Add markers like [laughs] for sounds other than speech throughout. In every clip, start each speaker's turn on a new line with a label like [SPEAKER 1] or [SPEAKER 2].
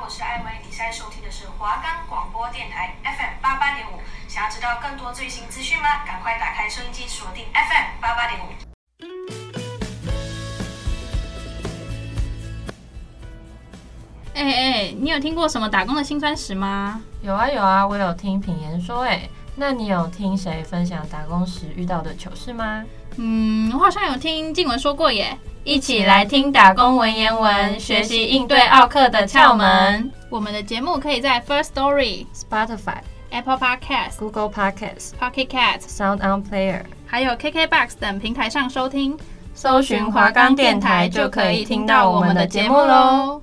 [SPEAKER 1] 我是艾薇，你现在收听的是华冈广播电台 FM 八八点五。想要知道更多最新资讯吗？赶快打开收音机，锁定 FM 八八点五。
[SPEAKER 2] 哎、哎、你有听过什么打工的辛酸史吗？
[SPEAKER 3] 有啊有啊，我有听品言说哎、那你有听谁分享打工时遇到的糗事吗？
[SPEAKER 2] 嗯，我好像有听静文说过耶。
[SPEAKER 3] 一起来听打工文言文，学习应对奥克的窍门。
[SPEAKER 2] 我们的节目可以在 First Story、
[SPEAKER 3] Spotify、
[SPEAKER 2] Apple Podcast、
[SPEAKER 3] Google Podcasts、
[SPEAKER 2] Pocket Cast，
[SPEAKER 3] Sound On Player
[SPEAKER 2] 还有 KKBox 等平台上收听，
[SPEAKER 3] 搜寻华冈电台就可以听到我们的节目喽。。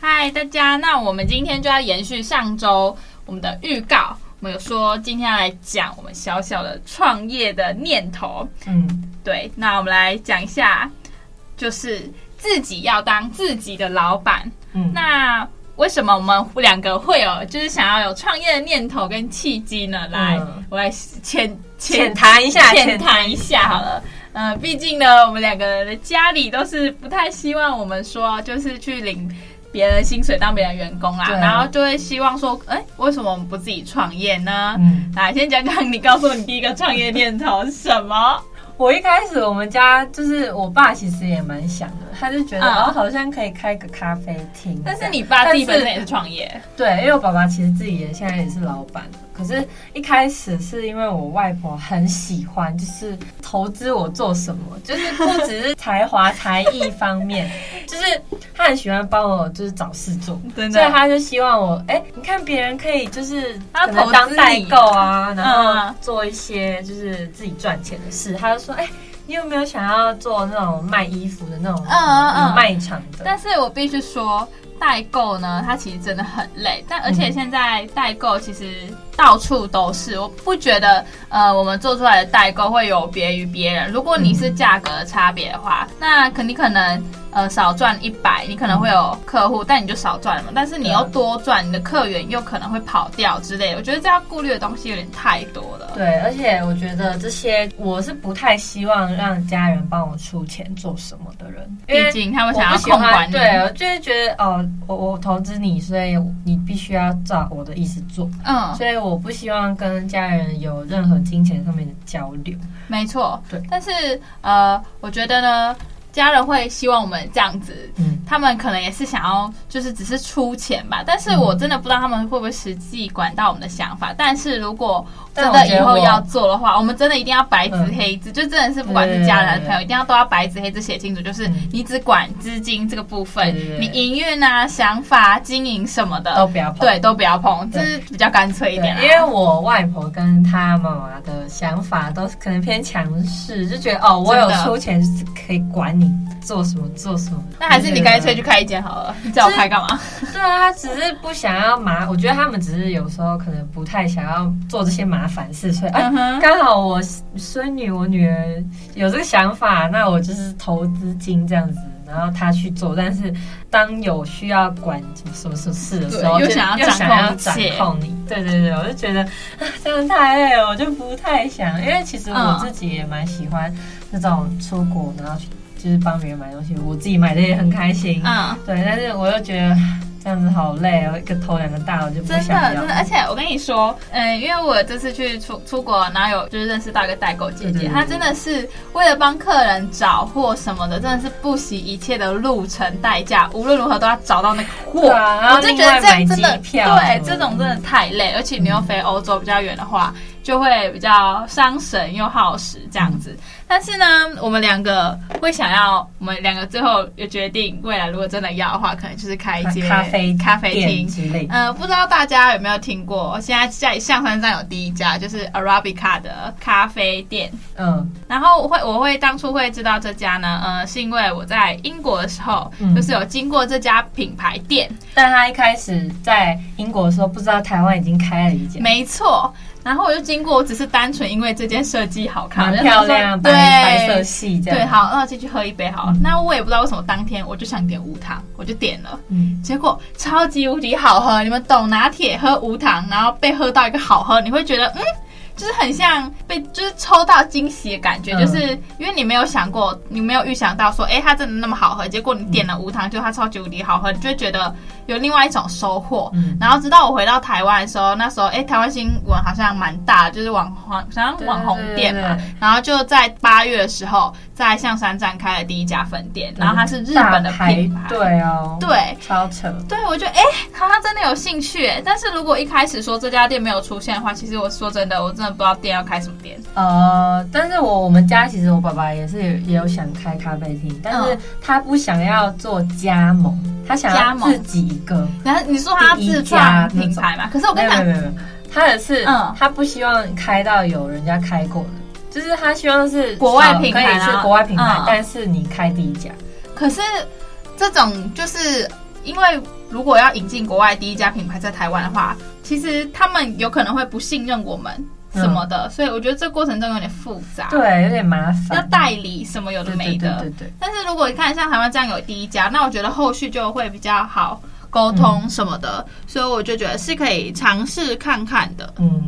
[SPEAKER 2] 嗨，大家，那我们今天就要延续上周我们的预告，我们有说今天要来讲我们小小的创业的念头。
[SPEAKER 3] 嗯，
[SPEAKER 2] 对，那我们来讲一下，就是自己要当自己的老板。
[SPEAKER 3] 嗯
[SPEAKER 2] 那为什么我们两个会有就是想要有创业的念头跟契机呢？来，
[SPEAKER 3] 嗯
[SPEAKER 2] 我来浅
[SPEAKER 3] 浅谈一下
[SPEAKER 2] 浅谈一下好了。呃，毕竟呢，我们两个人的家里都是不太希望我们说就是去领别人的薪水当别人员工啦，啊
[SPEAKER 3] 对
[SPEAKER 2] 然后就会希望说，哎、为什么我们不自己创业呢？
[SPEAKER 3] 嗯，
[SPEAKER 2] 来，先讲讲你告诉我你第一个创业念头是什么？
[SPEAKER 3] 我一开始我们家就是我爸，其实也蛮想的，他就觉得、
[SPEAKER 2] 嗯
[SPEAKER 3] 哦，好像可以开个咖啡厅。
[SPEAKER 2] 但
[SPEAKER 3] 这
[SPEAKER 2] 是
[SPEAKER 3] 样
[SPEAKER 2] 你爸自己
[SPEAKER 3] 但
[SPEAKER 2] 本
[SPEAKER 3] 是
[SPEAKER 2] 身也是创业，
[SPEAKER 3] 对，因为我爸爸其实自己也现在也是老板，可是一开始是因为我外婆很喜欢，就是投资我做什么，就是不只是才华 [laughs] 才艺方面，就是她很喜欢帮我就是找事做，
[SPEAKER 2] 真的
[SPEAKER 3] 所以她就希望我，哎、你看别人可以就是
[SPEAKER 2] 她
[SPEAKER 3] 可能
[SPEAKER 2] 投资
[SPEAKER 3] 当代
[SPEAKER 2] 你
[SPEAKER 3] 购啊，然后
[SPEAKER 2] 嗯
[SPEAKER 3] 做一些就是自己赚钱的事，她就说，哎、你有没有想要做那种卖衣服的那种
[SPEAKER 2] 嗯嗯嗯
[SPEAKER 3] 有卖场的？
[SPEAKER 2] 但是我必须说，代购呢，它其实真的很累，但而且现在代购其实到处都是，我不觉得呃，我们做出来的代购会有别于别人。如果你是价格的差别的话，那肯你可能呃少赚一百，你可能会有客户，但你就少赚了嘛。但是你
[SPEAKER 3] 对啊
[SPEAKER 2] 又多赚，你的客源又可能会跑掉之类的。我觉得这要顾虑的东西有点太多了。
[SPEAKER 3] 对，而且我觉得这些我是不太希望让家人帮我出钱做什么的人，因为
[SPEAKER 2] 毕竟他
[SPEAKER 3] 我
[SPEAKER 2] 们
[SPEAKER 3] 不
[SPEAKER 2] 想要
[SPEAKER 3] 喜
[SPEAKER 2] 控管
[SPEAKER 3] 欢。
[SPEAKER 2] 你，
[SPEAKER 3] 对，我就是觉得哦，我我投资你，所以你必须要照我的意思做，
[SPEAKER 2] 嗯，
[SPEAKER 3] 所以我不希望跟家人有任何金钱上面的交流。
[SPEAKER 2] 没错，
[SPEAKER 3] 对
[SPEAKER 2] 但是呃，我觉得呢，家人会希望我们这样子，
[SPEAKER 3] 嗯，
[SPEAKER 2] 他们可能也是想要，就是只是出钱吧。但
[SPEAKER 3] 嗯
[SPEAKER 2] 是我真的不知道他们会不会实际管到我们的想法。但是如果真
[SPEAKER 3] 但
[SPEAKER 2] 的
[SPEAKER 3] 我觉
[SPEAKER 2] 以
[SPEAKER 3] 得
[SPEAKER 2] 后
[SPEAKER 3] 我嗯
[SPEAKER 2] 要做的话，我们真的一定要白纸黑字，就真的是不管是家人还是朋友，
[SPEAKER 3] 对
[SPEAKER 2] 一定要都要白纸黑字写清楚，就是
[SPEAKER 3] 嗯
[SPEAKER 2] 你只管资金这个部分，
[SPEAKER 3] 对对对
[SPEAKER 2] 你营运啊、想法、经营什么
[SPEAKER 3] 都
[SPEAKER 2] 的，
[SPEAKER 3] 不要碰。
[SPEAKER 2] 对，都不要碰，这
[SPEAKER 3] 对
[SPEAKER 2] 是比较干脆一
[SPEAKER 3] 对
[SPEAKER 2] 点啊啦。
[SPEAKER 3] 因为我外婆跟她妈妈的想法都是可能偏强势，就觉得哦，我有
[SPEAKER 2] 真的
[SPEAKER 3] 出钱是可以管你做什么做什么。
[SPEAKER 2] 那还是你
[SPEAKER 3] 我觉得
[SPEAKER 2] 干脆去开一间好了，你叫我开干嘛？
[SPEAKER 3] 对啊，他只是不想要麻，我觉得他们只是有时候可能不太想要做这些麻烦事，所以哎
[SPEAKER 2] 嗯，哼
[SPEAKER 3] 刚、好我孙女、我女儿有这个想法，那我就是投资金这样子，然后她去做。但是当有需要管什么什么什么事的时候，
[SPEAKER 2] 对
[SPEAKER 3] 就
[SPEAKER 2] 又想要
[SPEAKER 3] 又想要
[SPEAKER 2] 掌
[SPEAKER 3] 掌
[SPEAKER 2] 控一切
[SPEAKER 3] 控你。对对对，我就觉得啊，这样太累了，我就不太想，因为其实我
[SPEAKER 2] 嗯
[SPEAKER 3] 自己也蛮喜欢那种出国，然后去就是帮别人买东西，我自己买的也很开心。
[SPEAKER 2] 嗯。
[SPEAKER 3] 对，但是我又觉得这样子好累，我一个头两个大，我就不
[SPEAKER 2] 真
[SPEAKER 3] 想
[SPEAKER 2] 的
[SPEAKER 3] 要。
[SPEAKER 2] 真的，而且我跟你说，嗯，因为我这次去出出国，然后有就是认识到一个代购姐
[SPEAKER 3] 对对
[SPEAKER 2] 姐，
[SPEAKER 3] 对
[SPEAKER 2] 她真的是为了帮客人找货什么的，真的是不惜一切的路程代价，无论如何都要找到那个货。
[SPEAKER 3] 对啊然后
[SPEAKER 2] 我就觉得这样真
[SPEAKER 3] 另外
[SPEAKER 2] 的
[SPEAKER 3] 买机票
[SPEAKER 2] 对
[SPEAKER 3] 什么的
[SPEAKER 2] 这种真的太累，而且你又飞欧洲比较远的话，就会比较伤神又耗时这样
[SPEAKER 3] 嗯
[SPEAKER 2] 子。但是呢，我们两个会想要，我们两个最后有决定，未来如果真的要的话，可能就是开一间
[SPEAKER 3] 咖啡
[SPEAKER 2] 咖啡
[SPEAKER 3] 店
[SPEAKER 2] 厅
[SPEAKER 3] 之类的，
[SPEAKER 2] 呃，不知道大家有没有听过，现在在象山站有第一家，就是 Arabica 的咖啡店。
[SPEAKER 3] 嗯，
[SPEAKER 2] 然后我会我会当初会知道这家呢，呃，是因为我在英国的时候，
[SPEAKER 3] 嗯
[SPEAKER 2] 就是有经过这家品牌店，
[SPEAKER 3] 但他一开始在英国的时候，不知道台湾已经开了一间，
[SPEAKER 2] 没错。然后我就经过，我只是单纯因为这件设计好看，
[SPEAKER 3] 蛮
[SPEAKER 2] 我就
[SPEAKER 3] 漂
[SPEAKER 2] 想说
[SPEAKER 3] 亮，
[SPEAKER 2] 对
[SPEAKER 3] 白白色系这样，
[SPEAKER 2] 对，，好，那进去喝一杯好了。那我也不知道为什么当天我就想点无糖，我就点了。
[SPEAKER 3] 嗯，
[SPEAKER 2] 结果超级无敌好喝，你们懂拿铁喝无糖，然后被喝到一个好喝，你会觉得嗯，就是很像被就是抽到惊喜的感觉，
[SPEAKER 3] 嗯
[SPEAKER 2] 就是因为你没有想过，你没有预想到说，哎、它真的那么好喝，结果你点了无糖，就它超级无敌好喝，你就会觉得有另外一种收获。
[SPEAKER 3] 嗯
[SPEAKER 2] 然后直到我回到台湾的时候，那时候哎，台湾新闻好像蛮大，就是网红，好像网红店嘛。
[SPEAKER 3] 对对对
[SPEAKER 2] 然后就在八月的时候，在象山站开了第一家分店，然后它是日本的品牌。
[SPEAKER 3] 对哦，，
[SPEAKER 2] 对
[SPEAKER 3] 超扯。
[SPEAKER 2] 对，我觉得哎，好像真的有兴趣哎。但是如果一开始说这家店没有出现的话，其实我说真的，我真的不知道店要开什么店。
[SPEAKER 3] 呃，但是我我们家其实我爸爸也是有也有想开咖啡厅，但是
[SPEAKER 2] 嗯
[SPEAKER 3] 他不想要做加盟，他想
[SPEAKER 2] 加
[SPEAKER 3] 要
[SPEAKER 2] 盟
[SPEAKER 3] 自己一个。
[SPEAKER 2] 然后你说他
[SPEAKER 3] 第一
[SPEAKER 2] 自
[SPEAKER 3] 家
[SPEAKER 2] 创
[SPEAKER 3] 那
[SPEAKER 2] 品
[SPEAKER 3] 种
[SPEAKER 2] 牌嘛？可是我
[SPEAKER 3] 没
[SPEAKER 2] 跟你
[SPEAKER 3] 有
[SPEAKER 2] 讲
[SPEAKER 3] 没，有没有，他的是，
[SPEAKER 2] 啊嗯
[SPEAKER 3] 他不希望开到有人家开过的，就是他希望是
[SPEAKER 2] 国外品牌
[SPEAKER 3] 可以
[SPEAKER 2] 然
[SPEAKER 3] 是
[SPEAKER 2] 后
[SPEAKER 3] 国外品牌
[SPEAKER 2] 嗯，
[SPEAKER 3] 但是你开第一家，
[SPEAKER 2] 可是这种就是因为如果要引进国外第一家品牌在台湾的话，其实他们有可能会不信任我们什么的，所以我觉得这过程中有点复杂，
[SPEAKER 3] 嗯对，有点麻烦，
[SPEAKER 2] 要代理什么有的
[SPEAKER 3] 对
[SPEAKER 2] 没
[SPEAKER 3] 对
[SPEAKER 2] 的。
[SPEAKER 3] 对对对，
[SPEAKER 2] 但是如果你看像台湾这样有第一家，那我觉得后续就会比较好沟
[SPEAKER 3] 嗯
[SPEAKER 2] 通什么的，所以我就觉得是可以尝试看看的。
[SPEAKER 3] 嗯，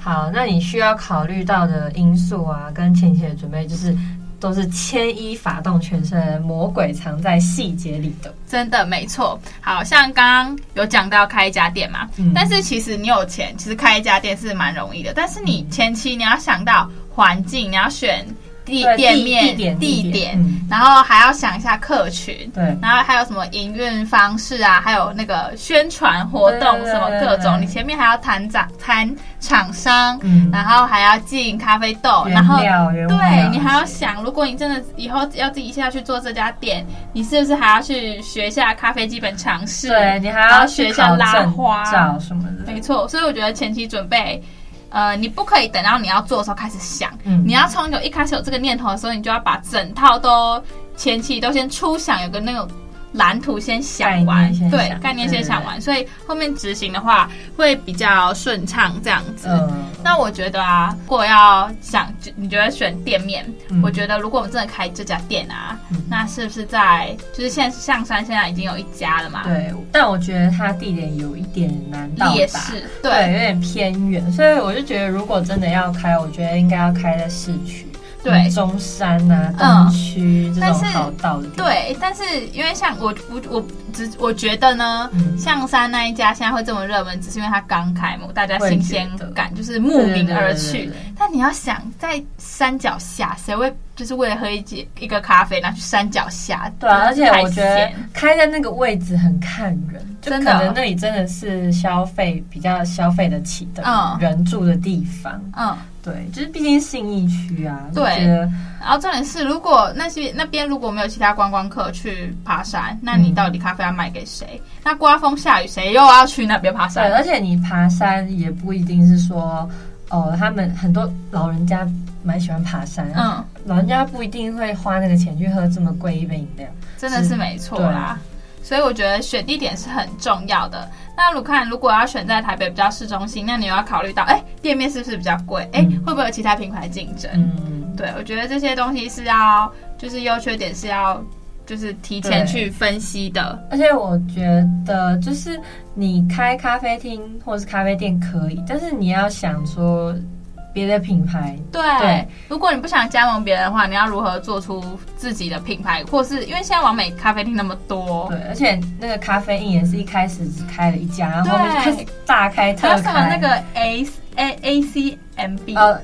[SPEAKER 3] 好，那你需要考虑到的因素啊，跟前期的准备就是。都是牵一发动全身，魔鬼藏在细节里的。
[SPEAKER 2] 真的没错，好像刚刚有讲到开一家店嘛，
[SPEAKER 3] 嗯
[SPEAKER 2] 但是其实你有钱，其实开一家店是蛮容易的。但是你前期你要想到环境，你要选地
[SPEAKER 3] 对
[SPEAKER 2] 店
[SPEAKER 3] 地
[SPEAKER 2] 面、
[SPEAKER 3] 地点地点嗯
[SPEAKER 2] 然后还要想一下客群，
[SPEAKER 3] 对，
[SPEAKER 2] 然后还有什么营运方式啊，还有那个宣传活动
[SPEAKER 3] 对
[SPEAKER 2] 什么
[SPEAKER 3] 对对
[SPEAKER 2] 各种，你
[SPEAKER 3] 对
[SPEAKER 2] 前面还要谈厂谈厂商，
[SPEAKER 3] 嗯
[SPEAKER 2] 然后还要进咖啡豆，然后
[SPEAKER 3] 原料、原物料
[SPEAKER 2] 对你还要想，如果你真的以后要自己下去做这家店，你是不是还要去学一下咖啡基本常识？
[SPEAKER 3] 对你还
[SPEAKER 2] 然后
[SPEAKER 3] 要
[SPEAKER 2] 学
[SPEAKER 3] 去
[SPEAKER 2] 一下
[SPEAKER 3] 考
[SPEAKER 2] 拉
[SPEAKER 3] 证
[SPEAKER 2] 花，
[SPEAKER 3] 照什么的。
[SPEAKER 2] 没错。所以我觉得前期准备，呃，你不可以等到你要做的时候开始想，
[SPEAKER 3] 嗯
[SPEAKER 2] 你要从有一开始有这个念头的时候，你就要把整套都前期都先初想，有个那种。蓝图先想
[SPEAKER 3] 概
[SPEAKER 2] 完
[SPEAKER 3] 念，先
[SPEAKER 2] 对
[SPEAKER 3] 想
[SPEAKER 2] 概念
[SPEAKER 3] 对
[SPEAKER 2] 先
[SPEAKER 3] 对
[SPEAKER 2] 想
[SPEAKER 3] 对
[SPEAKER 2] 完，所以后面执行的话会比较顺畅，这样子。
[SPEAKER 3] 嗯，
[SPEAKER 2] 那我觉得啊，如果要想你觉得选店面，
[SPEAKER 3] 嗯
[SPEAKER 2] 我觉得如果我们真的开这家店啊，
[SPEAKER 3] 嗯
[SPEAKER 2] 那是不是在就是现在象山现在已经有一家了嘛？
[SPEAKER 3] 对，但我觉得它地点有一点难到达
[SPEAKER 2] 夜市
[SPEAKER 3] 对，
[SPEAKER 2] 对
[SPEAKER 3] 有点偏远，所以我就觉得如果真的要开，我觉得应该要开在市区，
[SPEAKER 2] 对
[SPEAKER 3] 什么中山呐、
[SPEAKER 2] 嗯
[SPEAKER 3] 东区、这
[SPEAKER 2] 但
[SPEAKER 3] 种
[SPEAKER 2] 是
[SPEAKER 3] 好到的地方。
[SPEAKER 2] 对，但是因为像我我我只我觉得呢，
[SPEAKER 3] 嗯
[SPEAKER 2] 象山那一家现在会这么热门，只是因为它刚开幕，大家
[SPEAKER 3] 会
[SPEAKER 2] 新鲜
[SPEAKER 3] 觉得
[SPEAKER 2] 感就是慕名而
[SPEAKER 3] 对对对对
[SPEAKER 2] 去
[SPEAKER 3] 对。
[SPEAKER 2] 但你要想，在山脚下，谁会就是为了喝一杯一个咖啡，拿去山脚下？
[SPEAKER 3] 对啊，而且
[SPEAKER 2] 太
[SPEAKER 3] 我觉得
[SPEAKER 2] 闲
[SPEAKER 3] 开在那个位置很看人，就可
[SPEAKER 2] 真的
[SPEAKER 3] 能那里真的是消费比较消费得起的
[SPEAKER 2] 嗯
[SPEAKER 3] 人住的地方。
[SPEAKER 2] 嗯。
[SPEAKER 3] 对，就是毕竟信义区啊，就
[SPEAKER 2] 对
[SPEAKER 3] 觉得
[SPEAKER 2] 然后重点是，如果那些那边如果没有其他观光客去爬山，那
[SPEAKER 3] 嗯
[SPEAKER 2] 你到底咖啡要卖给谁？那刮风下雨，谁又要去那边爬
[SPEAKER 3] 对，
[SPEAKER 2] 山？
[SPEAKER 3] 而且你爬山也不一定是说，哦，他们很多老人家蛮喜欢爬山，嗯，
[SPEAKER 2] 嗯，
[SPEAKER 3] 老人家不一定会花那个钱去喝这么贵一杯饮料。
[SPEAKER 2] 真的是没错啦。
[SPEAKER 3] 嗯
[SPEAKER 2] 所以我觉得选地点是很重要的。那如看如果要选在台北比较市中心，那你又要考虑到，哎，店面是不是比较贵？哎
[SPEAKER 3] 嗯，
[SPEAKER 2] 会不会有其他品牌竞争？
[SPEAKER 3] 嗯，
[SPEAKER 2] 对，我觉得这些东西是要，就是优缺点是要，就是提前
[SPEAKER 3] 对
[SPEAKER 2] 去分析的。
[SPEAKER 3] 而且我觉得就是你开咖啡厅或是咖啡店可以，但是你要想说别的品牌，
[SPEAKER 2] 对，
[SPEAKER 3] 对
[SPEAKER 2] 如果你不想加盟别人的话，你要如何做出自己的品牌，或是因为现在完美咖啡厅那么多，
[SPEAKER 3] 对，而且那个咖啡因也是一开始只开了一家，然后后面就开
[SPEAKER 2] 对
[SPEAKER 3] 始大开特
[SPEAKER 2] 还有什么那
[SPEAKER 3] 开，
[SPEAKER 2] 个 A A A C M B，
[SPEAKER 3] 呃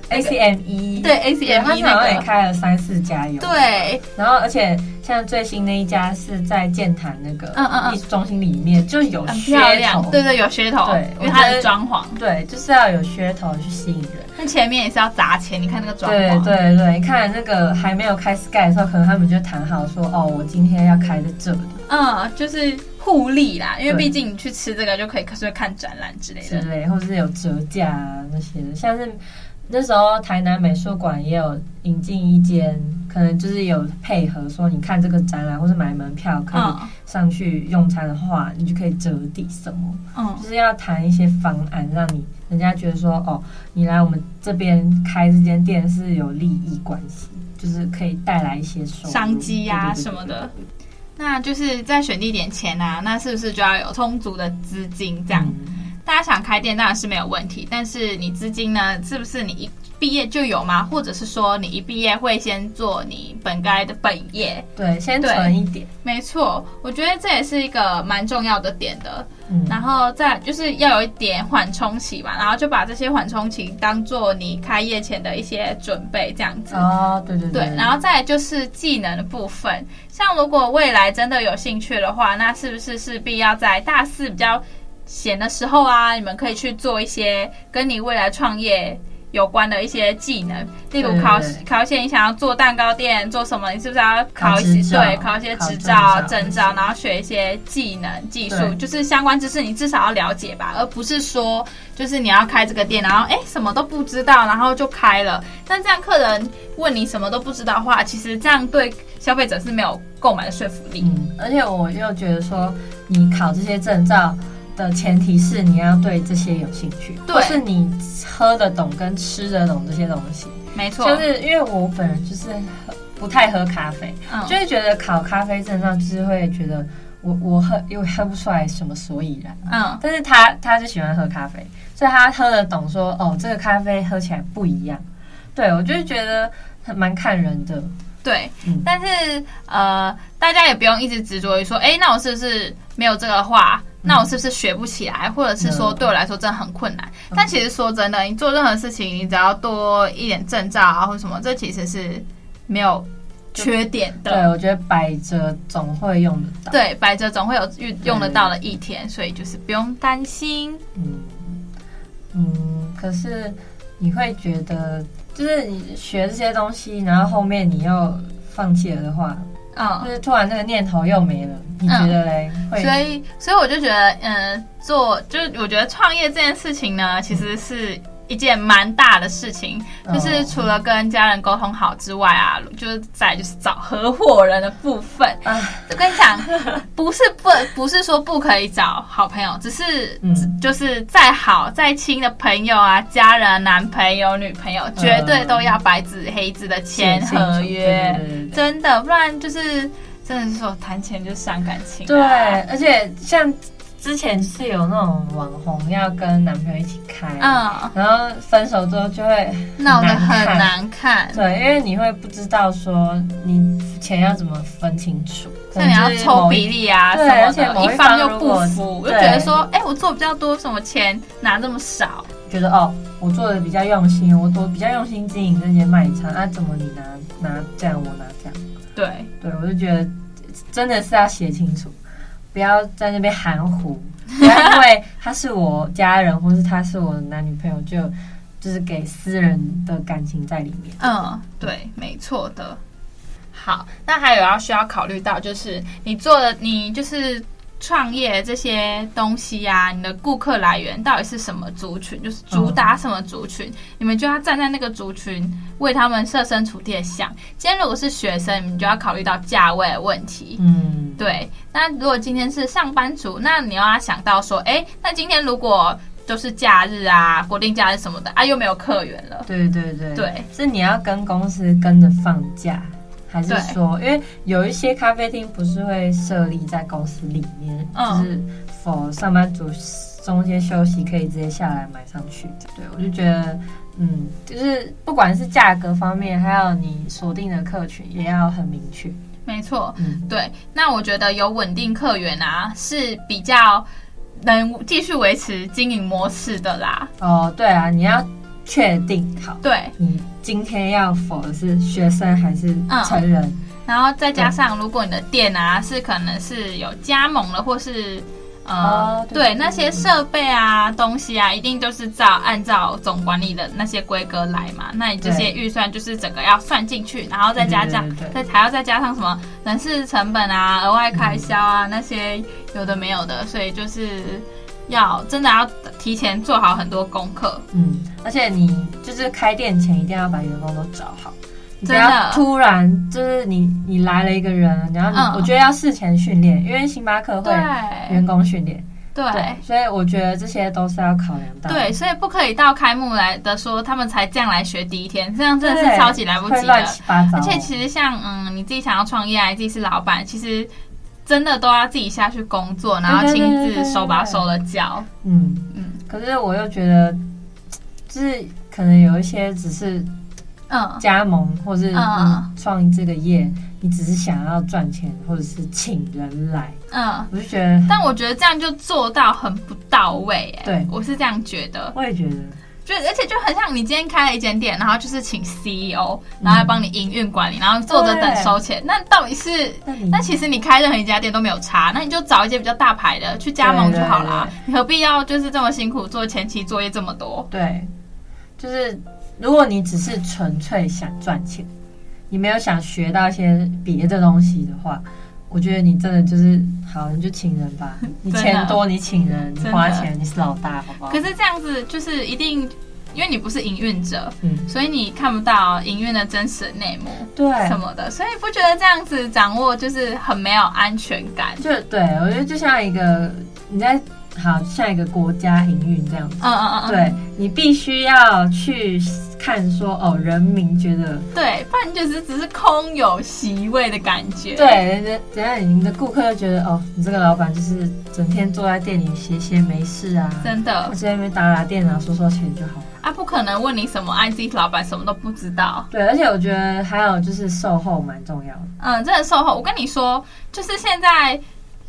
[SPEAKER 2] 对
[SPEAKER 3] ACME，对，他
[SPEAKER 2] ACME
[SPEAKER 3] 好 E，像也
[SPEAKER 2] 那个，
[SPEAKER 3] 开了三四家有。
[SPEAKER 2] 对
[SPEAKER 3] 然后，而且像最新那一家是在建潭那个
[SPEAKER 2] 嗯嗯嗯
[SPEAKER 3] 艺术中心里面，就有
[SPEAKER 2] 很漂
[SPEAKER 3] 噱头
[SPEAKER 2] 亮，，对对，有噱头
[SPEAKER 3] 嗯对，
[SPEAKER 2] 因为它
[SPEAKER 3] 我觉
[SPEAKER 2] 的
[SPEAKER 3] 得
[SPEAKER 2] 装潢，
[SPEAKER 3] 对就是要有噱头去吸引人。
[SPEAKER 2] 那前面也是要砸钱，你看那个装
[SPEAKER 3] 对
[SPEAKER 2] 潢，
[SPEAKER 3] 对对，你看那个还没有开 Sky 的时候，可能他们就谈好说，哦，我今天要开在这里
[SPEAKER 2] 嗯，就是互利啦，因为
[SPEAKER 3] 对
[SPEAKER 2] 毕竟你去吃这个就可以顺便看展览之类
[SPEAKER 3] 之
[SPEAKER 2] 的，
[SPEAKER 3] 类，或是有折价啊那些的，像是。那时候台南美术馆也有引进一间，可能就是有配合说，你看这个展览或是买门票可以
[SPEAKER 2] 嗯
[SPEAKER 3] 上去用餐的话，你就可以折抵什么。
[SPEAKER 2] 嗯，
[SPEAKER 3] 就是要谈一些方案，让你人家觉得说，哦，你来我们这边开这间店是有利益关系，就是可以带来一些收入
[SPEAKER 2] 商机呀、
[SPEAKER 3] 对对对
[SPEAKER 2] 什么的。那就是在选地点前啊，那是不是就要有充足的资金？这样、
[SPEAKER 3] 嗯
[SPEAKER 2] 大家想开店当然是没有问题，但是你资金呢，是不是你一毕业就有吗？或者是说你一毕业会先做你本该的本业？
[SPEAKER 3] 对，先
[SPEAKER 2] 对
[SPEAKER 3] 存一点，
[SPEAKER 2] 没错，我觉得这也是一个蛮重要的点的。
[SPEAKER 3] 嗯，
[SPEAKER 2] 然后再就是要有一点缓冲期嘛，然后就把这些缓冲期当做你开业前的一些准备，这样子。
[SPEAKER 3] 哦，对对
[SPEAKER 2] 对，然
[SPEAKER 3] 后
[SPEAKER 2] 后再来就是技能的部分，像如果未来真的有兴趣的话，那是不是势必要在大四比较闲的时候啊，你们可以去做一些跟你未来创业有关的一些技能，例如
[SPEAKER 3] 对
[SPEAKER 2] 考
[SPEAKER 3] 对
[SPEAKER 2] 考一些你想要做蛋糕店做什么，你是不是要考
[SPEAKER 3] 考
[SPEAKER 2] 一
[SPEAKER 3] 执
[SPEAKER 2] 些
[SPEAKER 3] 照
[SPEAKER 2] 对考一些
[SPEAKER 3] 考
[SPEAKER 2] 执
[SPEAKER 3] 证
[SPEAKER 2] 照
[SPEAKER 3] 照
[SPEAKER 2] 证照，然后学一些技能技术，
[SPEAKER 3] 对
[SPEAKER 2] 就是相关知识你至少要了解吧，而不是说就是你要开这个店，然后哎什么都不知道，然后就开了。但这样客人问你什么都不知道的话，其实这样对消费者是没有购买的说服力。
[SPEAKER 3] 嗯，而且我又觉得说，你考这些证照的前提是你要对这些有兴趣，
[SPEAKER 2] 对
[SPEAKER 3] 或是你喝得懂跟吃得懂这些东西。
[SPEAKER 2] 没错，
[SPEAKER 3] 就是因为我本人就是喝不太喝咖啡，
[SPEAKER 2] 嗯
[SPEAKER 3] 就会觉得考咖啡证照就是会觉得我我喝又喝不出来什么所以然。
[SPEAKER 2] 嗯
[SPEAKER 3] 但是他他就喜欢喝咖啡，所以他喝得懂说哦，这个咖啡喝起来不一样。对我就是觉得很蛮看人的，
[SPEAKER 2] 对，
[SPEAKER 3] 嗯
[SPEAKER 2] 但是呃，大家也不用一直执着于说，哎，那我是不是没有这个话？那我是不是学不起来，或者是说
[SPEAKER 3] 嗯
[SPEAKER 2] 对我来说真的很困难？但其实说真的，你做任何事情，你只要多一点证照啊，或者什么，这其实是没有缺点的。
[SPEAKER 3] 对我觉得百折总会用得到。，
[SPEAKER 2] 对，百折总会有遇用得到的一天，所以就是不用担心。
[SPEAKER 3] 嗯嗯，可是你会觉得，就是你学这些东西，然后后面你又放弃了的话，就
[SPEAKER 2] 嗯，
[SPEAKER 3] 是突然这个念头又没了，你觉得嘞？会
[SPEAKER 2] 所以所以我就觉得，嗯，做就是我觉得创业这件事情
[SPEAKER 3] 嗯
[SPEAKER 2] 呢，其实是一件蛮大的事情，就是除了跟家人沟通好之外啊，就是再来就是找合伙人的部分。
[SPEAKER 3] 啊，
[SPEAKER 2] 我跟你讲， [laughs] 不是不不是说不可以找好朋友，只是
[SPEAKER 3] 嗯，
[SPEAKER 2] 就是再好再亲的朋友啊、家人、男朋友、女朋
[SPEAKER 3] 嗯
[SPEAKER 2] 友，绝对都要白纸黑字的签合约，
[SPEAKER 3] 对对对对对
[SPEAKER 2] 真的，不然就是真的是说谈钱就伤感情、啊
[SPEAKER 3] 对，而且像之前是有那种网红要跟男朋友一起开，
[SPEAKER 2] 嗯，
[SPEAKER 3] 然后分手之后就会
[SPEAKER 2] 闹得很
[SPEAKER 3] 很
[SPEAKER 2] 难看。
[SPEAKER 3] 对，因为你会不知道说你钱要怎么分清楚，
[SPEAKER 2] 像你要抽比
[SPEAKER 3] 例，
[SPEAKER 2] 例啊什
[SPEAKER 3] 对
[SPEAKER 2] 么
[SPEAKER 3] 而且
[SPEAKER 2] 的，
[SPEAKER 3] 某一
[SPEAKER 2] 方
[SPEAKER 3] 方
[SPEAKER 2] 又
[SPEAKER 3] 如
[SPEAKER 2] 不
[SPEAKER 3] 果
[SPEAKER 2] 服，就
[SPEAKER 3] 对
[SPEAKER 2] 觉得说，哎、我做比较多，什么钱拿这么少？
[SPEAKER 3] 觉得哦，我做的比较用心，我我比较用心经营这些卖场啊，怎么你拿拿这样，我拿这样，
[SPEAKER 2] 对，
[SPEAKER 3] 对我就觉得真的是要写清楚，不要在那边含糊，不要因为他是我家人或是他是我男女朋友就就是给私人的感情在里面。
[SPEAKER 2] 嗯，对，没错的。好，那还有要需要考虑到，就是你做的，你就是创业这些东西啊，你的顾客来源到底是什么族群，就是主打什么族
[SPEAKER 3] 嗯
[SPEAKER 2] 群，你们就要站在那个族群为他们设身处地的想。今天如果是学生，你们就要考虑到价位的问题，
[SPEAKER 3] 嗯，
[SPEAKER 2] 对，那如果今天是上班族，那你要想到说，哎，那今天如果都是假日啊、国定假日什么的啊，又没有客源了，
[SPEAKER 3] 对对对
[SPEAKER 2] 对，
[SPEAKER 3] 哎是你要跟公司跟着放假，还是
[SPEAKER 2] 对
[SPEAKER 3] 说，因为有一些咖啡厅不是会设立在公司里面，
[SPEAKER 2] 嗯
[SPEAKER 3] 就是否上班族中间休息可以直接下来买上去的。对我就觉得，嗯，就是不管是价格方面，还有你锁定的客群，也要很明确。
[SPEAKER 2] 没错，
[SPEAKER 3] 嗯
[SPEAKER 2] 对。那我觉得有稳定客源啊，是比较能继续维持经营模式的啦。
[SPEAKER 3] 哦，对啊，你要确定好。
[SPEAKER 2] 对，
[SPEAKER 3] 你今天要否的是学生还是成人？
[SPEAKER 2] 然后再加上，如果你的店
[SPEAKER 3] 嗯
[SPEAKER 2] 啊是可能是有加盟了，或是呃，
[SPEAKER 3] 哦对对对
[SPEAKER 2] 那些设备啊、东西啊，一定都是照按照总管理的那些规格来嘛。那你这些
[SPEAKER 3] 对
[SPEAKER 2] 预算就是整个要算进去，然后再加上
[SPEAKER 3] 对对对
[SPEAKER 2] 再还要再加上什么人事成本啊、额外开销啊、
[SPEAKER 3] 嗯
[SPEAKER 2] 那些有的没有的，所以就是要真的要提前做好很多功课。
[SPEAKER 3] 嗯，而且你就是开店前一定要把员工都找好，你不
[SPEAKER 2] 真的
[SPEAKER 3] 要突然就是你你来了一个人，然后你、
[SPEAKER 2] 嗯
[SPEAKER 3] 我觉得要事前训练，因为星巴克会
[SPEAKER 2] 对
[SPEAKER 3] 员工训练，
[SPEAKER 2] 对。
[SPEAKER 3] 所以我觉得这些都是要考量到的，
[SPEAKER 2] 对，所以不可以到开幕来的说他们才这样来学第一天，这样
[SPEAKER 3] 对，
[SPEAKER 2] 真的是超级来不及
[SPEAKER 3] 会乱
[SPEAKER 2] 的。
[SPEAKER 3] 七八糟，
[SPEAKER 2] 而且其实像嗯，你自己想要创业啊，你自己是老板，其实真的都要自己下去工作，然后
[SPEAKER 3] 对对
[SPEAKER 2] 亲
[SPEAKER 3] 对对
[SPEAKER 2] 自
[SPEAKER 3] 对
[SPEAKER 2] 手把手的教。
[SPEAKER 3] 嗯
[SPEAKER 2] 嗯
[SPEAKER 3] 嗯，可是我又觉得，就是可能有一些只是
[SPEAKER 2] 嗯，
[SPEAKER 3] 加盟，或是
[SPEAKER 2] 嗯
[SPEAKER 3] 你创这个业，你只是想要赚钱，或者是请人来，
[SPEAKER 2] 嗯，
[SPEAKER 3] 我就觉得，
[SPEAKER 2] 但我觉得这样就做到很不到位、哎，
[SPEAKER 3] 对
[SPEAKER 2] 我是这样觉得，
[SPEAKER 3] 我也觉得，
[SPEAKER 2] 就而且就很像你今天开了一间店，然后就是请 CEO，然后来帮你营运管理，然后坐着等收钱，那到底是？
[SPEAKER 3] 那你
[SPEAKER 2] 那其实你开任何一家店都没有差，那你就找一些比较大牌的去加盟就好啦。
[SPEAKER 3] 对
[SPEAKER 2] 你何必要就是这么辛苦做前期作业这么多？
[SPEAKER 3] 对，就是如果你只是纯粹想赚钱，你没有想学到一些别的东西的话，我觉得你真的就是好，你就请人
[SPEAKER 2] [laughs]
[SPEAKER 3] 吧，你
[SPEAKER 2] 真的啊
[SPEAKER 3] 钱多你请人，你
[SPEAKER 2] 真的啊
[SPEAKER 3] 花钱你是老大，好不好？
[SPEAKER 2] 可是这样子就是一定，因为你不是营运者，
[SPEAKER 3] 嗯，
[SPEAKER 2] 所以你看不到营运的真实内幕
[SPEAKER 3] 对，
[SPEAKER 2] 什么的，所以不觉得这样子掌握就是很没有安全感。
[SPEAKER 3] 就对我觉得就像一个你在好像一个国家营运这样子。
[SPEAKER 2] 嗯嗯嗯，嗯
[SPEAKER 3] 对你必须要去看说哦，人民觉得
[SPEAKER 2] 嗯对，不然就是只是空有席位的感觉。
[SPEAKER 3] 对，人家等下你的顾客就觉得哦，你这个老板就是整天坐在店里歇歇没事啊，
[SPEAKER 2] 真的
[SPEAKER 3] 我在那边打打电脑收收钱就好了。
[SPEAKER 2] 啊，不可能问你什么 IT 老板什么都不知道。
[SPEAKER 3] 对，而且我觉得还有就是售后蛮重要的。
[SPEAKER 2] 嗯，真的售后，我跟你说，就是现在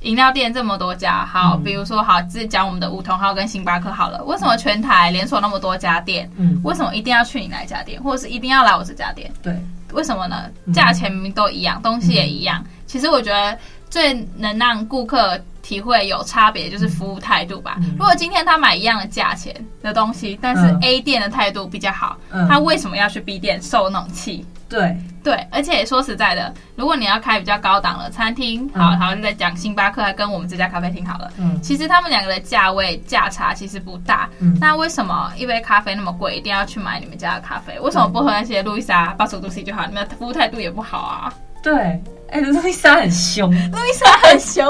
[SPEAKER 2] 饮料店这么多家，好，
[SPEAKER 3] 嗯
[SPEAKER 2] 比如说好，只讲我们的梧桐号跟星巴克好了，为什么全台连锁那么多家店，
[SPEAKER 3] 嗯，
[SPEAKER 2] 为什么一定要去你那一家店，或者是一定要来我这家店？
[SPEAKER 3] 对，
[SPEAKER 2] 为什么呢
[SPEAKER 3] 嗯？
[SPEAKER 2] 价钱明明都一样，东西也一样。其实我觉得最能让顾客体会有差别就是服务态度吧。
[SPEAKER 3] 嗯
[SPEAKER 2] 如果今天他买一样的价钱的东西，但是
[SPEAKER 3] 嗯
[SPEAKER 2] A 店的态度比较好，
[SPEAKER 3] 嗯
[SPEAKER 2] 他为什么要去 B 店受那种气？
[SPEAKER 3] 对，
[SPEAKER 2] 对，而且说实在的，如果你要开比较高档的餐厅，好，
[SPEAKER 3] 嗯
[SPEAKER 2] 好再讲星巴克跟我们这家咖啡厅好了。
[SPEAKER 3] 嗯
[SPEAKER 2] 其实他们两个的价位价差其实不大，
[SPEAKER 3] 嗯
[SPEAKER 2] 那为什么一杯咖啡那么贵，一定要去买你们家的咖啡？为什么不喝那些路易莎八十五度 C 就好？你们的服务态度也不好
[SPEAKER 3] [laughs]
[SPEAKER 2] 啊。
[SPEAKER 3] 对，哎、路易莎
[SPEAKER 2] [laughs]
[SPEAKER 3] 很凶，
[SPEAKER 2] 路易莎很凶，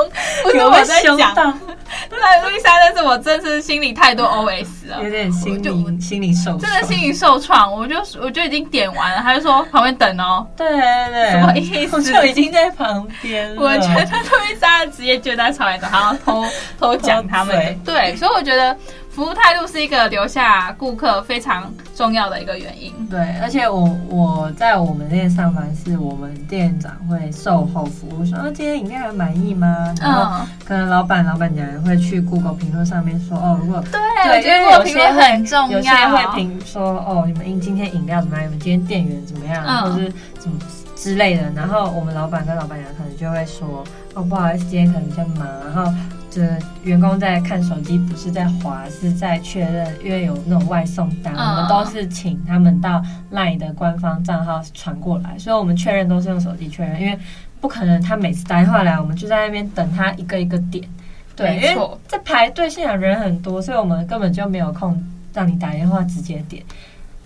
[SPEAKER 2] 不是
[SPEAKER 3] 有
[SPEAKER 2] 我
[SPEAKER 3] 被
[SPEAKER 2] 在
[SPEAKER 3] 凶
[SPEAKER 2] 讲，
[SPEAKER 3] 到，
[SPEAKER 2] 对，路易莎，但是我真是心里太多 OS 了
[SPEAKER 3] 有。点心灵心灵受伤。
[SPEAKER 2] 真的心灵受创，我就我就已经点完了，他就说旁边等哦，
[SPEAKER 3] 对对对，
[SPEAKER 2] 什么意思
[SPEAKER 3] 我就已经在旁边
[SPEAKER 2] [laughs]
[SPEAKER 3] 了。
[SPEAKER 2] 我觉得路易莎的职业倦怠潮也好像偷偷讲他
[SPEAKER 3] [laughs]
[SPEAKER 2] 们的，对，所以我觉得服务态度是一个留下顾客非常重要的一个原因。
[SPEAKER 3] 对，而且我我在我们店上班，是我们店长会售后服务，说、啊、今天饮料还满意吗？然后
[SPEAKER 2] 嗯，
[SPEAKER 3] 可能老板老板娘也会去 Google 评论上面说哦，如果
[SPEAKER 2] 对，
[SPEAKER 3] 对
[SPEAKER 2] 我觉
[SPEAKER 3] 因
[SPEAKER 2] 得
[SPEAKER 3] 为
[SPEAKER 2] 做
[SPEAKER 3] 有
[SPEAKER 2] 评
[SPEAKER 3] 些
[SPEAKER 2] 论很重
[SPEAKER 3] 有些会
[SPEAKER 2] 要。
[SPEAKER 3] 评说哦，你们今今天饮料怎么样？你们今天店员怎么样？
[SPEAKER 2] 嗯
[SPEAKER 3] 或是怎么之类的。然后我们老板跟老板娘可能就会说哦，不好意思，今天可能比较忙，然后。这员工在看手机，不是在滑，是在确认，因为有那种外送单，
[SPEAKER 2] 嗯
[SPEAKER 3] 我们都是请他们到 LINE 的官方账号传过来，所以我们确认都是用手机确认，因为不可能他每次打电话来，我们就在那边等他一个一个点。对，因
[SPEAKER 2] 没
[SPEAKER 3] 为
[SPEAKER 2] 错
[SPEAKER 3] 在排队现场人很多，所以我们根本就没有空让你打电话直接点。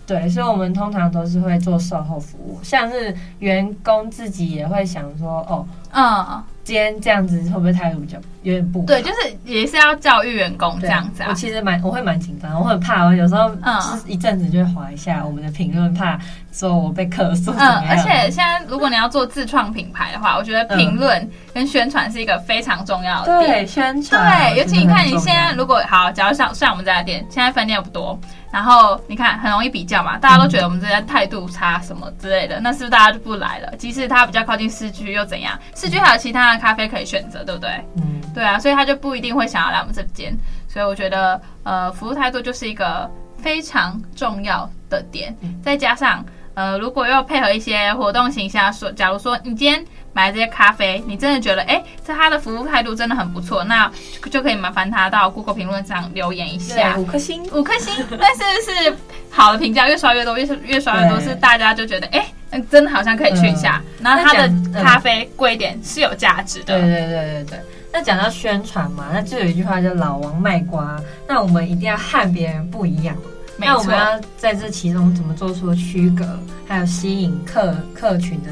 [SPEAKER 3] 对，所以我们通常都是会做售后服务，像是员工自己也会想说，哦，
[SPEAKER 2] 嗯，
[SPEAKER 3] 今天这样子会不会态度比较有点不好
[SPEAKER 2] 对，就是也是要教育员工这
[SPEAKER 3] 对
[SPEAKER 2] 样子
[SPEAKER 3] 我
[SPEAKER 2] 啊。
[SPEAKER 3] 其实蛮，我会蛮紧张，我很怕，我有时候
[SPEAKER 2] 嗯
[SPEAKER 3] 就是一阵子就会划一下我们的评论，怕说我被客诉怎
[SPEAKER 2] 嗯
[SPEAKER 3] 么，样。
[SPEAKER 2] 而且现在如果你要做自创品牌的话，我觉得评论跟宣传是一个非常重要的点
[SPEAKER 3] 对。宣传，
[SPEAKER 2] 对，尤其你看，你
[SPEAKER 3] 真的很
[SPEAKER 2] 现在
[SPEAKER 3] 重要
[SPEAKER 2] 如果好，假如像像我们这家店，现在分店又不多，然后你看很容易比较嘛，大家都觉得我们这家态度差什么之类的，那是不是大家就不来了？即使它比较靠近市区又怎样？市区还有其他的咖啡可以选择，对不对？
[SPEAKER 3] 嗯，
[SPEAKER 2] 对啊，所以他就不一定会想要来我们这间。所以我觉得，呃，服务态度就是一个非常重要的点。
[SPEAKER 3] 嗯
[SPEAKER 2] 再加上，呃，如果要配合一些活动形象，说，假如说你今天买这些咖啡，你真的觉得，哎、这他的服务态度真的很不错，那就就可以麻烦他到 Google 评论上留言一下
[SPEAKER 3] 嗯对，。五颗星，
[SPEAKER 2] 五颗星，但是是好的评价越刷越多，越刷越刷越多，
[SPEAKER 3] 对嗯
[SPEAKER 2] 是大家就觉得，哎、嗯真的好像可以去一下。然后他
[SPEAKER 3] 那
[SPEAKER 2] 的
[SPEAKER 3] 讲
[SPEAKER 2] 咖啡贵一点是有价值的。
[SPEAKER 3] 对对对对对。那讲到宣传嘛，那就有一句话叫“老王卖瓜”，那我们一定要和别人不一样。
[SPEAKER 2] 没
[SPEAKER 3] 那我
[SPEAKER 2] 错
[SPEAKER 3] 们。要在这其中怎么做出区隔，还有吸引客客群的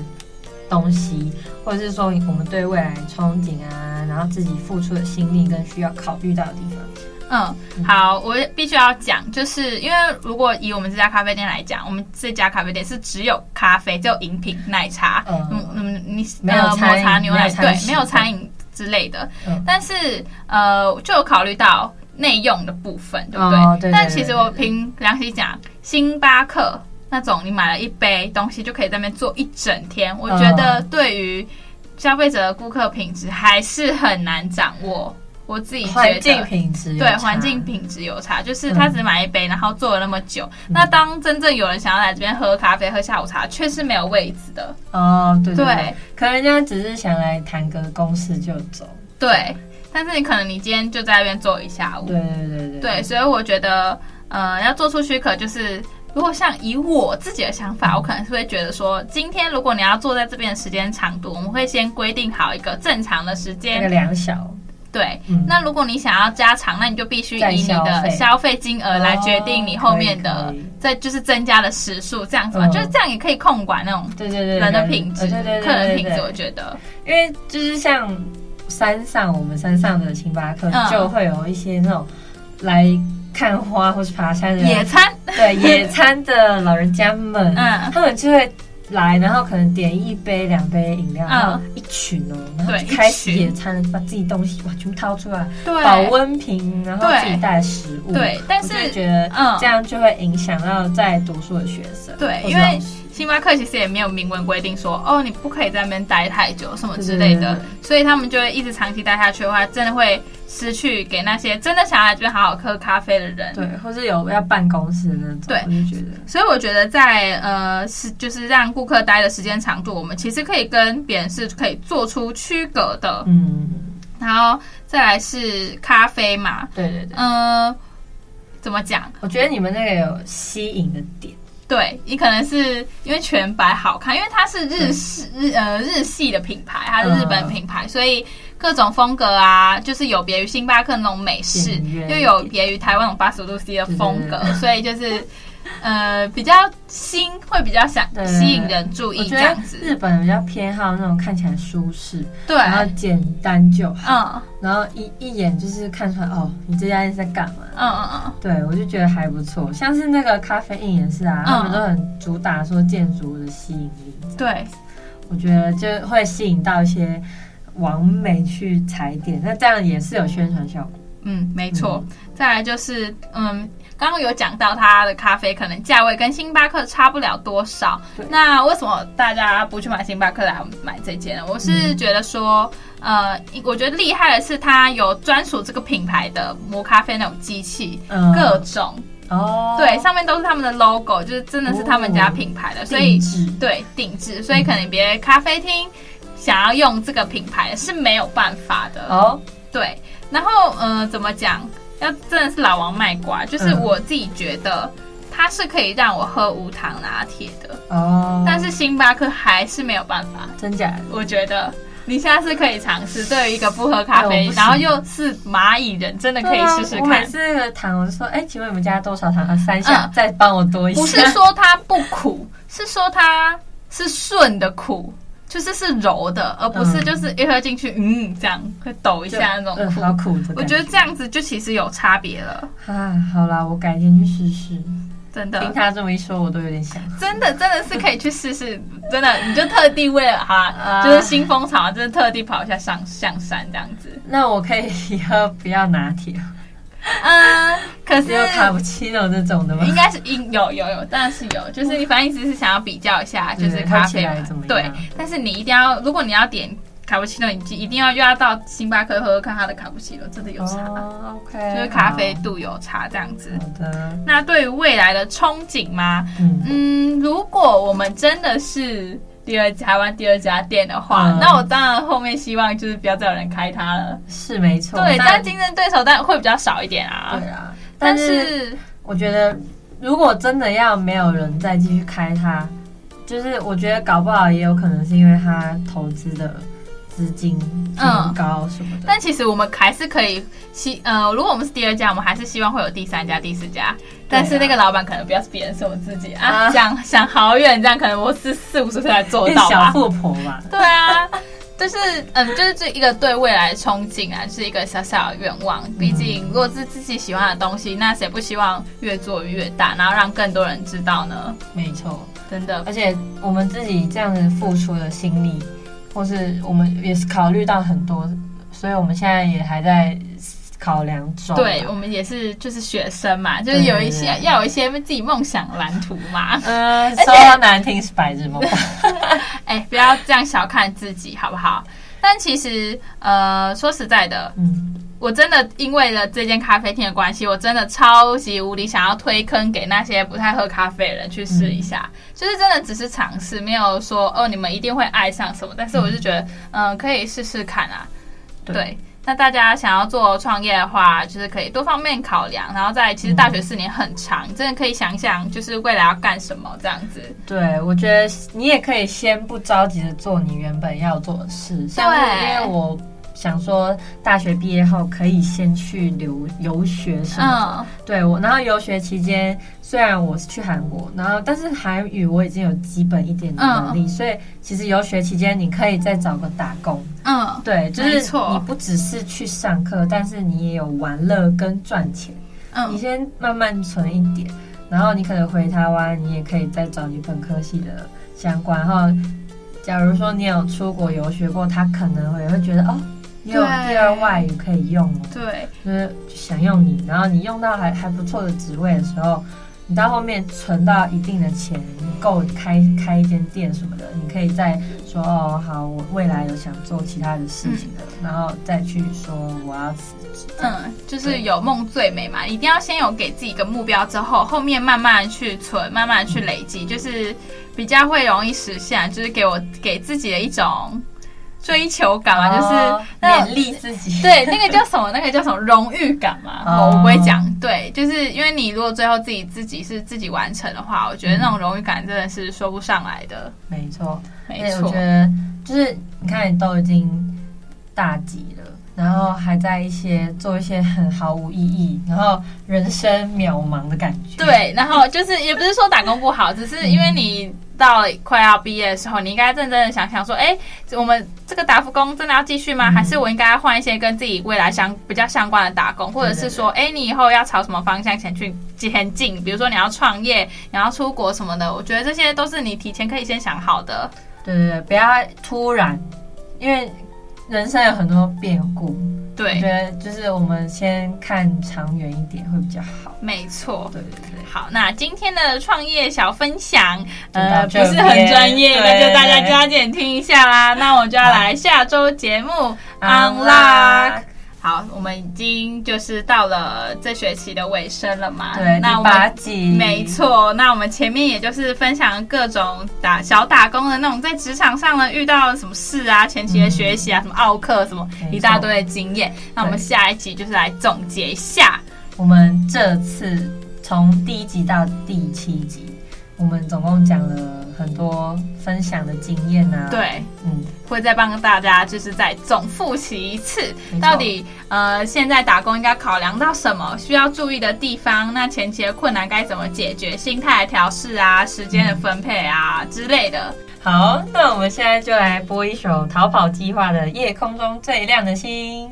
[SPEAKER 3] 东西，或者是说我们对未来憧憬啊，然后自己付出的心力跟需要考虑到的地方。
[SPEAKER 2] 嗯，好，我必须要讲，就是因为如果以我们这家咖啡店来讲，我们这家咖啡店是只有咖啡，只有饮品、奶茶，
[SPEAKER 3] 嗯
[SPEAKER 2] 嗯嗯，你
[SPEAKER 3] 没有
[SPEAKER 2] 呃
[SPEAKER 3] 餐
[SPEAKER 2] 抹
[SPEAKER 3] 饮
[SPEAKER 2] 茶牛奶，
[SPEAKER 3] 没有餐
[SPEAKER 2] 对
[SPEAKER 3] 食，
[SPEAKER 2] 没有餐饮之类的。
[SPEAKER 3] 嗯
[SPEAKER 2] 但是呃，就有考虑到。内用的部分，对不对？
[SPEAKER 3] 哦对对
[SPEAKER 2] 但其实我
[SPEAKER 3] 对对对
[SPEAKER 2] 凭良心讲，星巴克那种你买了一杯东西就可以在那边坐一整天，我觉
[SPEAKER 3] 嗯
[SPEAKER 2] 得对于消费者的顾客品质还是很难掌握。我自己觉
[SPEAKER 3] 环境
[SPEAKER 2] 得。
[SPEAKER 3] 品质有
[SPEAKER 2] 对
[SPEAKER 3] 差嗯
[SPEAKER 2] 环境品质有差，就是他只买一杯，然后坐了那么久。那当真正有人想要来这边喝咖啡、喝下午茶，却是没有位置的。
[SPEAKER 3] 哦，对对
[SPEAKER 2] 对
[SPEAKER 3] 对，可能人家只是想来谈个公事就走，
[SPEAKER 2] 对，但是你可能你今天就在那边坐一下午。
[SPEAKER 3] 对对对对
[SPEAKER 2] 哦对，所以我觉得，呃，要做出许可，就是如果像以我自己的想法，我可能是会觉得说，今天如果你要坐在这边的时间长度，我们会先规定好一个正常的时
[SPEAKER 3] 那个
[SPEAKER 2] 间。
[SPEAKER 3] 两小
[SPEAKER 2] 对，
[SPEAKER 3] 嗯
[SPEAKER 2] 那如果你想要加长，那你就必须以
[SPEAKER 3] 再
[SPEAKER 2] 你
[SPEAKER 3] 消
[SPEAKER 2] 的
[SPEAKER 3] 费
[SPEAKER 2] 消费金额来决定你后面
[SPEAKER 3] 哦
[SPEAKER 2] 的
[SPEAKER 3] 可以可以，
[SPEAKER 2] 再就是增加的时数，这样子嘛，
[SPEAKER 3] 嗯
[SPEAKER 2] 就是这样也可以控管那种
[SPEAKER 3] 对对对，
[SPEAKER 2] 人的品质、
[SPEAKER 3] 呃对对对
[SPEAKER 2] 客人
[SPEAKER 3] 对
[SPEAKER 2] 品
[SPEAKER 3] 对
[SPEAKER 2] 质。
[SPEAKER 3] 对
[SPEAKER 2] 我觉得，
[SPEAKER 3] 因为就是像山上，我们山上的星巴克
[SPEAKER 2] 嗯
[SPEAKER 3] 就会有一些那种来看花或是爬山的
[SPEAKER 2] 野餐， [laughs]
[SPEAKER 3] 对野餐的老人家们，
[SPEAKER 2] 嗯
[SPEAKER 3] 他们就会来，然后可能点一杯两杯饮料，
[SPEAKER 2] 嗯
[SPEAKER 3] 然后一群哦，然后
[SPEAKER 2] 对
[SPEAKER 3] 就开始
[SPEAKER 2] 一群
[SPEAKER 3] 野餐，把自己东西哇全部掏出来，
[SPEAKER 2] 对，
[SPEAKER 3] 保温瓶，然后
[SPEAKER 2] 对
[SPEAKER 3] 自己带食物，
[SPEAKER 2] 对但
[SPEAKER 3] 我就是觉得
[SPEAKER 2] 嗯
[SPEAKER 3] 这样就会影响到在读书的学生，
[SPEAKER 2] 对
[SPEAKER 3] 或，是
[SPEAKER 2] 因为
[SPEAKER 3] 老师
[SPEAKER 2] 星巴克其实也没有明文规定说，哦，你不可以在那边待太久什么之类的，
[SPEAKER 3] 对对
[SPEAKER 2] 所以他们就会一直长期待下去的话，真的会失去给那些真的想要来这边好好喝咖啡的人。
[SPEAKER 3] 对，或是有要办公室的那种，
[SPEAKER 2] 对
[SPEAKER 3] 我就觉得。
[SPEAKER 2] 所以我觉得在呃是就是让顾客待的时间长度，我们其实可以跟别人是可以做出区隔的。
[SPEAKER 3] 嗯，
[SPEAKER 2] 然后再来是咖啡嘛，
[SPEAKER 3] 对对对，
[SPEAKER 2] 呃，怎么讲？
[SPEAKER 3] 我觉得你们那个有吸引的点，
[SPEAKER 2] 对你可能是因为全白好看，因为它是日式
[SPEAKER 3] 嗯
[SPEAKER 2] 日呃日系的品牌，它是日本品牌，所以各种风格啊，就是有别于星巴克那种美式
[SPEAKER 3] 简约，
[SPEAKER 2] 又
[SPEAKER 3] 一点
[SPEAKER 2] 有别于台湾那种八十度 C 的风格，
[SPEAKER 3] 对对
[SPEAKER 2] 所以就是呃比较新，会比较想
[SPEAKER 3] 对对对
[SPEAKER 2] 吸引人注
[SPEAKER 3] 我
[SPEAKER 2] 意
[SPEAKER 3] 觉
[SPEAKER 2] 这样
[SPEAKER 3] 得日
[SPEAKER 2] 子。
[SPEAKER 3] 本人比较偏好那种看起来舒适，
[SPEAKER 2] 对，
[SPEAKER 3] 然后简单就好，
[SPEAKER 2] 嗯
[SPEAKER 3] 然后一一眼就是看出来哦，你这家店是在干嘛？
[SPEAKER 2] 嗯嗯嗯，
[SPEAKER 3] 对，我就觉得还不错，像是那个咖啡因也是啊，
[SPEAKER 2] 嗯
[SPEAKER 3] 他们都很主打说建筑的吸引力，
[SPEAKER 2] 对
[SPEAKER 3] 我觉得就会吸引到一些网美去踩点，那这样也是有宣传效果。
[SPEAKER 2] 嗯，没错。再来就是，嗯，刚刚有讲到它的咖啡可能价位跟星巴克差不了多少
[SPEAKER 3] 对。
[SPEAKER 2] 那为什么大家不去买星巴克来买这间呢？我
[SPEAKER 3] 嗯
[SPEAKER 2] 是觉得说，呃，我觉得厉害的是它有专属这个品牌的磨咖啡那种机器。
[SPEAKER 3] 嗯
[SPEAKER 2] 各种
[SPEAKER 3] 哦，
[SPEAKER 2] 对，上面都是他们的 logo，就是真的是他们家品牌的，所以
[SPEAKER 3] 哦定制
[SPEAKER 2] 对定制，所以可能别的咖啡厅想要用这个品牌是没有办法的。
[SPEAKER 3] 哦，
[SPEAKER 2] 对，然后呃，怎么讲？要真的是老王卖瓜，就是
[SPEAKER 3] 嗯
[SPEAKER 2] 我自己觉得它是可以让我喝无糖拿铁的，
[SPEAKER 3] 哦，
[SPEAKER 2] 但是星巴克还是没有办法。
[SPEAKER 3] 真假的
[SPEAKER 2] 我觉得你下次可以尝试，对于一个不喝咖
[SPEAKER 3] 哎我
[SPEAKER 2] 啡，
[SPEAKER 3] 不行
[SPEAKER 2] 然后又是蚂蚁人，真的可以
[SPEAKER 3] 对啊
[SPEAKER 2] 试试
[SPEAKER 3] 我
[SPEAKER 2] 看
[SPEAKER 3] 每。次那个糖，我就说，哎、请问你们家多少糖？啊，三下，
[SPEAKER 2] 嗯
[SPEAKER 3] 再帮我多一下。
[SPEAKER 2] 不是说它不苦，是说它是顺的苦。就是是柔的，而不是
[SPEAKER 3] 嗯
[SPEAKER 2] 就是一喝进去，嗯，这样会抖一
[SPEAKER 3] 就
[SPEAKER 2] 下那种
[SPEAKER 3] 嗯
[SPEAKER 2] 苦。
[SPEAKER 3] 好苦的感。
[SPEAKER 2] 我觉得这样子就其实有差别了，
[SPEAKER 3] 啊，好啦，我改天去试试。
[SPEAKER 2] 真的。
[SPEAKER 3] 听他这么一说，我都有点想。
[SPEAKER 2] 真的真的是可以去试试，真的你就特地为了哈，
[SPEAKER 3] 啊
[SPEAKER 2] 就是新风潮，就是特地跑一下上象山这样子。
[SPEAKER 3] 那我可以以后不要
[SPEAKER 2] [laughs]
[SPEAKER 3] 拿铁，
[SPEAKER 2] 嗯，可是
[SPEAKER 3] 只有卡布奇诺那种的吗？
[SPEAKER 2] 应该是应有有有，当然是有，就是你反正只是想要比较一下，就
[SPEAKER 3] 对
[SPEAKER 2] 是咖啡
[SPEAKER 3] 嗯看起来怎么样
[SPEAKER 2] 对，但是你一定要，如果你要点卡布奇诺，你就一定要又要到星巴克喝喝看它的卡布奇诺，真的有差，
[SPEAKER 3] 哦，OK，
[SPEAKER 2] 就是咖啡度有差这样子
[SPEAKER 3] 好。。好的，
[SPEAKER 2] 那对于未来的憧憬吗？
[SPEAKER 3] 嗯，
[SPEAKER 2] 嗯，如果我们真的是第二台湾第二家店的话，
[SPEAKER 3] 嗯
[SPEAKER 2] 那我当然后面希望就是不要再有人开它了。
[SPEAKER 3] 是没错。
[SPEAKER 2] 对，但
[SPEAKER 3] 但
[SPEAKER 2] 竞争对手但会比较少一点啊。
[SPEAKER 3] 对啊，
[SPEAKER 2] 但
[SPEAKER 3] 但是
[SPEAKER 2] 是
[SPEAKER 3] 我觉得，如果真的要没有人再继续开它，就是我觉得搞不好也有可能是因为它投资的资金
[SPEAKER 2] 嗯
[SPEAKER 3] 很高什么的。
[SPEAKER 2] 但其实我们还是可以希呃，如果我们是第二家，我们还是希望会有第三家、第四家。但是那个老板可能不要是别人，是我们自己啊。
[SPEAKER 3] 啊
[SPEAKER 2] 想想好远，这样可能我是四五十岁才做
[SPEAKER 3] 变
[SPEAKER 2] 到
[SPEAKER 3] 小
[SPEAKER 2] 吧。
[SPEAKER 3] 富婆吧，
[SPEAKER 2] 对啊，就是嗯，就是这一个对未来的憧憬啊，就是一个小小的愿望。
[SPEAKER 3] 嗯
[SPEAKER 2] 毕竟如果是自己喜欢的东西，那谁不希望越做越大，然后让更多人知道呢？
[SPEAKER 3] 没错。
[SPEAKER 2] 真的，
[SPEAKER 3] 而且我们自己这样子付出的心力，或是我们也是考虑到很多，所以我们现在也还在考量中。
[SPEAKER 2] 对，我们也是就是学生嘛，就是有一些
[SPEAKER 3] 对对对
[SPEAKER 2] 要有一些自己梦想蓝图嘛。 [laughs]
[SPEAKER 3] 嗯，
[SPEAKER 2] 且
[SPEAKER 3] 说到难听是白日
[SPEAKER 2] [laughs]
[SPEAKER 3] 梦吧。
[SPEAKER 2] 哎、不要这样小看自己，好不好？但其实，呃，说实在的，
[SPEAKER 3] 嗯，
[SPEAKER 2] 我真的因为了这间咖啡厅的关系，我真的超级无敌想要推坑给那些不太喝咖啡的人去试一下，就是真的只是尝试，没有说哦你们一定会爱上什么，但是我就觉得嗯、可以试试看啊，
[SPEAKER 3] 对
[SPEAKER 2] 对。那大家想要做创业的话，就是可以多方面考量，然后再其实大学四年很长，真的可以想想就是未来要干什么这样子。
[SPEAKER 3] 对，我觉得你也可以先不着急的做你原本要做的事，像是因为我想说大学毕业后可以先去留游学什么的。
[SPEAKER 2] 嗯，
[SPEAKER 3] 对我，然后游学期间虽然我是去韩国，然后但是韩语我已经有基本一点的能
[SPEAKER 2] 嗯
[SPEAKER 3] 力，所以其实游学期间你可以再找个打工。
[SPEAKER 2] 嗯，
[SPEAKER 3] 对，就
[SPEAKER 2] 没
[SPEAKER 3] 是
[SPEAKER 2] 错
[SPEAKER 3] 你不只是去上课，但是你也有玩乐跟赚钱。你
[SPEAKER 2] 嗯，
[SPEAKER 3] 先慢慢存一点，然后你可能回台湾，你也可以再找你本科系的相关。然后，假如说你有出国游学过，他可能会会觉得哦，你有
[SPEAKER 2] 对
[SPEAKER 3] 第二外语可以用哦，
[SPEAKER 2] 对，
[SPEAKER 3] 就是想用你。然后你用到还还不错的职位的时候，你到后面存到一定的钱，你够开开一间店什么的，你可以再说哦，好，我未来有想做其他的事情的，然后再去说我要辞职。
[SPEAKER 2] 嗯，就是有梦最美嘛，一定要先有给自己一个目标，之后后面慢慢去存，慢慢去累积，就是比较会容易实现，就是给我给自己的一种追求感
[SPEAKER 3] 哦
[SPEAKER 2] 嘛，就是那种
[SPEAKER 3] 勉励自己。
[SPEAKER 2] 对，那个叫什么？那个叫什么荣誉感嘛？
[SPEAKER 3] 哦
[SPEAKER 2] 我不会讲。对，就是因为你如果最后自己自己是自己完成的话，我觉得那种荣誉感真的是说不上来的。
[SPEAKER 3] 没错，
[SPEAKER 2] 没
[SPEAKER 3] 哎而且我
[SPEAKER 2] 错
[SPEAKER 3] 觉，得就是你看，你都已经大几了，然后还在一些做一些很毫无意义，然后人生渺茫的感觉。，
[SPEAKER 2] 对，然后就是也不是说打工不好，只是因为你到了快要毕业的时候，你应该认真的想想说，哎，我们这个打工真的要继续吗？
[SPEAKER 3] 嗯
[SPEAKER 2] 还是我应该换一些跟自己未来相比较相关的打工，或者是说，哎，你以后要朝什么方向前去前进？比如说你要创业，你要出国什么的，我觉得这些都是你提前可以先想好的。
[SPEAKER 3] 对对对，不要突然，因为人生有很多变故，我觉
[SPEAKER 2] 对，
[SPEAKER 3] 得就是我们先看长远一点会比较好。
[SPEAKER 2] 没错。
[SPEAKER 3] 对对对，
[SPEAKER 2] 好，那今天的创业小分享，呃，不
[SPEAKER 3] 就到这
[SPEAKER 2] 是很专业，
[SPEAKER 3] 边
[SPEAKER 2] 那就
[SPEAKER 3] 对
[SPEAKER 2] 大家加减听一下啦。那我就要来下周节目 unlock。好，我们已经就是到了这学期的尾声了嘛？
[SPEAKER 3] 对，
[SPEAKER 2] 那我
[SPEAKER 3] 第八
[SPEAKER 2] 们。
[SPEAKER 3] 集，
[SPEAKER 2] 没。错，那我们前面也就是分享各种打小打工的那种，在职场上呢遇到什么事啊，前期的学习啊，什么奥克什么
[SPEAKER 3] 没错
[SPEAKER 2] 一大堆的经验。那我们
[SPEAKER 3] 对
[SPEAKER 2] 下一集就是来总结一下。
[SPEAKER 3] 我们这次从第一集到第七集，我们总共讲了很多分享的经验啊。，
[SPEAKER 2] 对，
[SPEAKER 3] 嗯，
[SPEAKER 2] 会再帮大家就是再总复习一次，
[SPEAKER 3] 没错
[SPEAKER 2] 到底呃现在打工应该考量到什么，需要注意的地方，那前期的困难该怎么解决，心态的调试啊，时间的分配啊、之类的。
[SPEAKER 3] 好，那我们现在就来播一首《逃跑计划》的《夜空中最亮的星》。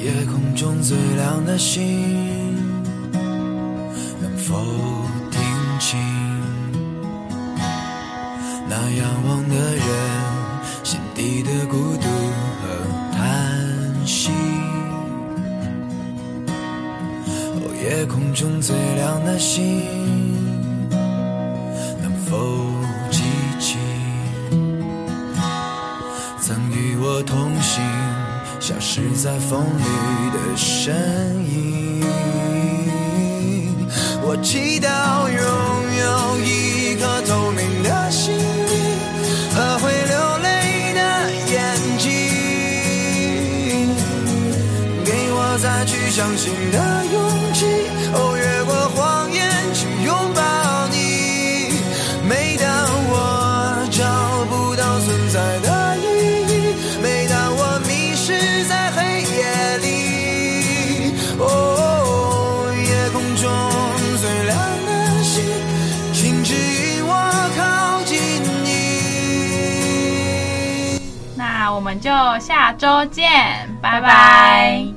[SPEAKER 4] 夜空中最亮的星，能否听清？那仰望的人心底的孤独和叹息。哦，夜空中最亮的星，能否记起？曾与我同行，消失在风里的身影。我祈祷拥有一颗透明的心灵和会流泪的眼睛，给我再去相信的勇气。哦，越过谎言去拥抱你。每当我找不到存在的意义，每当我迷失在黑夜里，哦，夜空中最亮的星，请指引我靠近你。
[SPEAKER 2] 那我们就
[SPEAKER 3] 就下周见，
[SPEAKER 2] 拜
[SPEAKER 3] 拜
[SPEAKER 2] 拜
[SPEAKER 3] 拜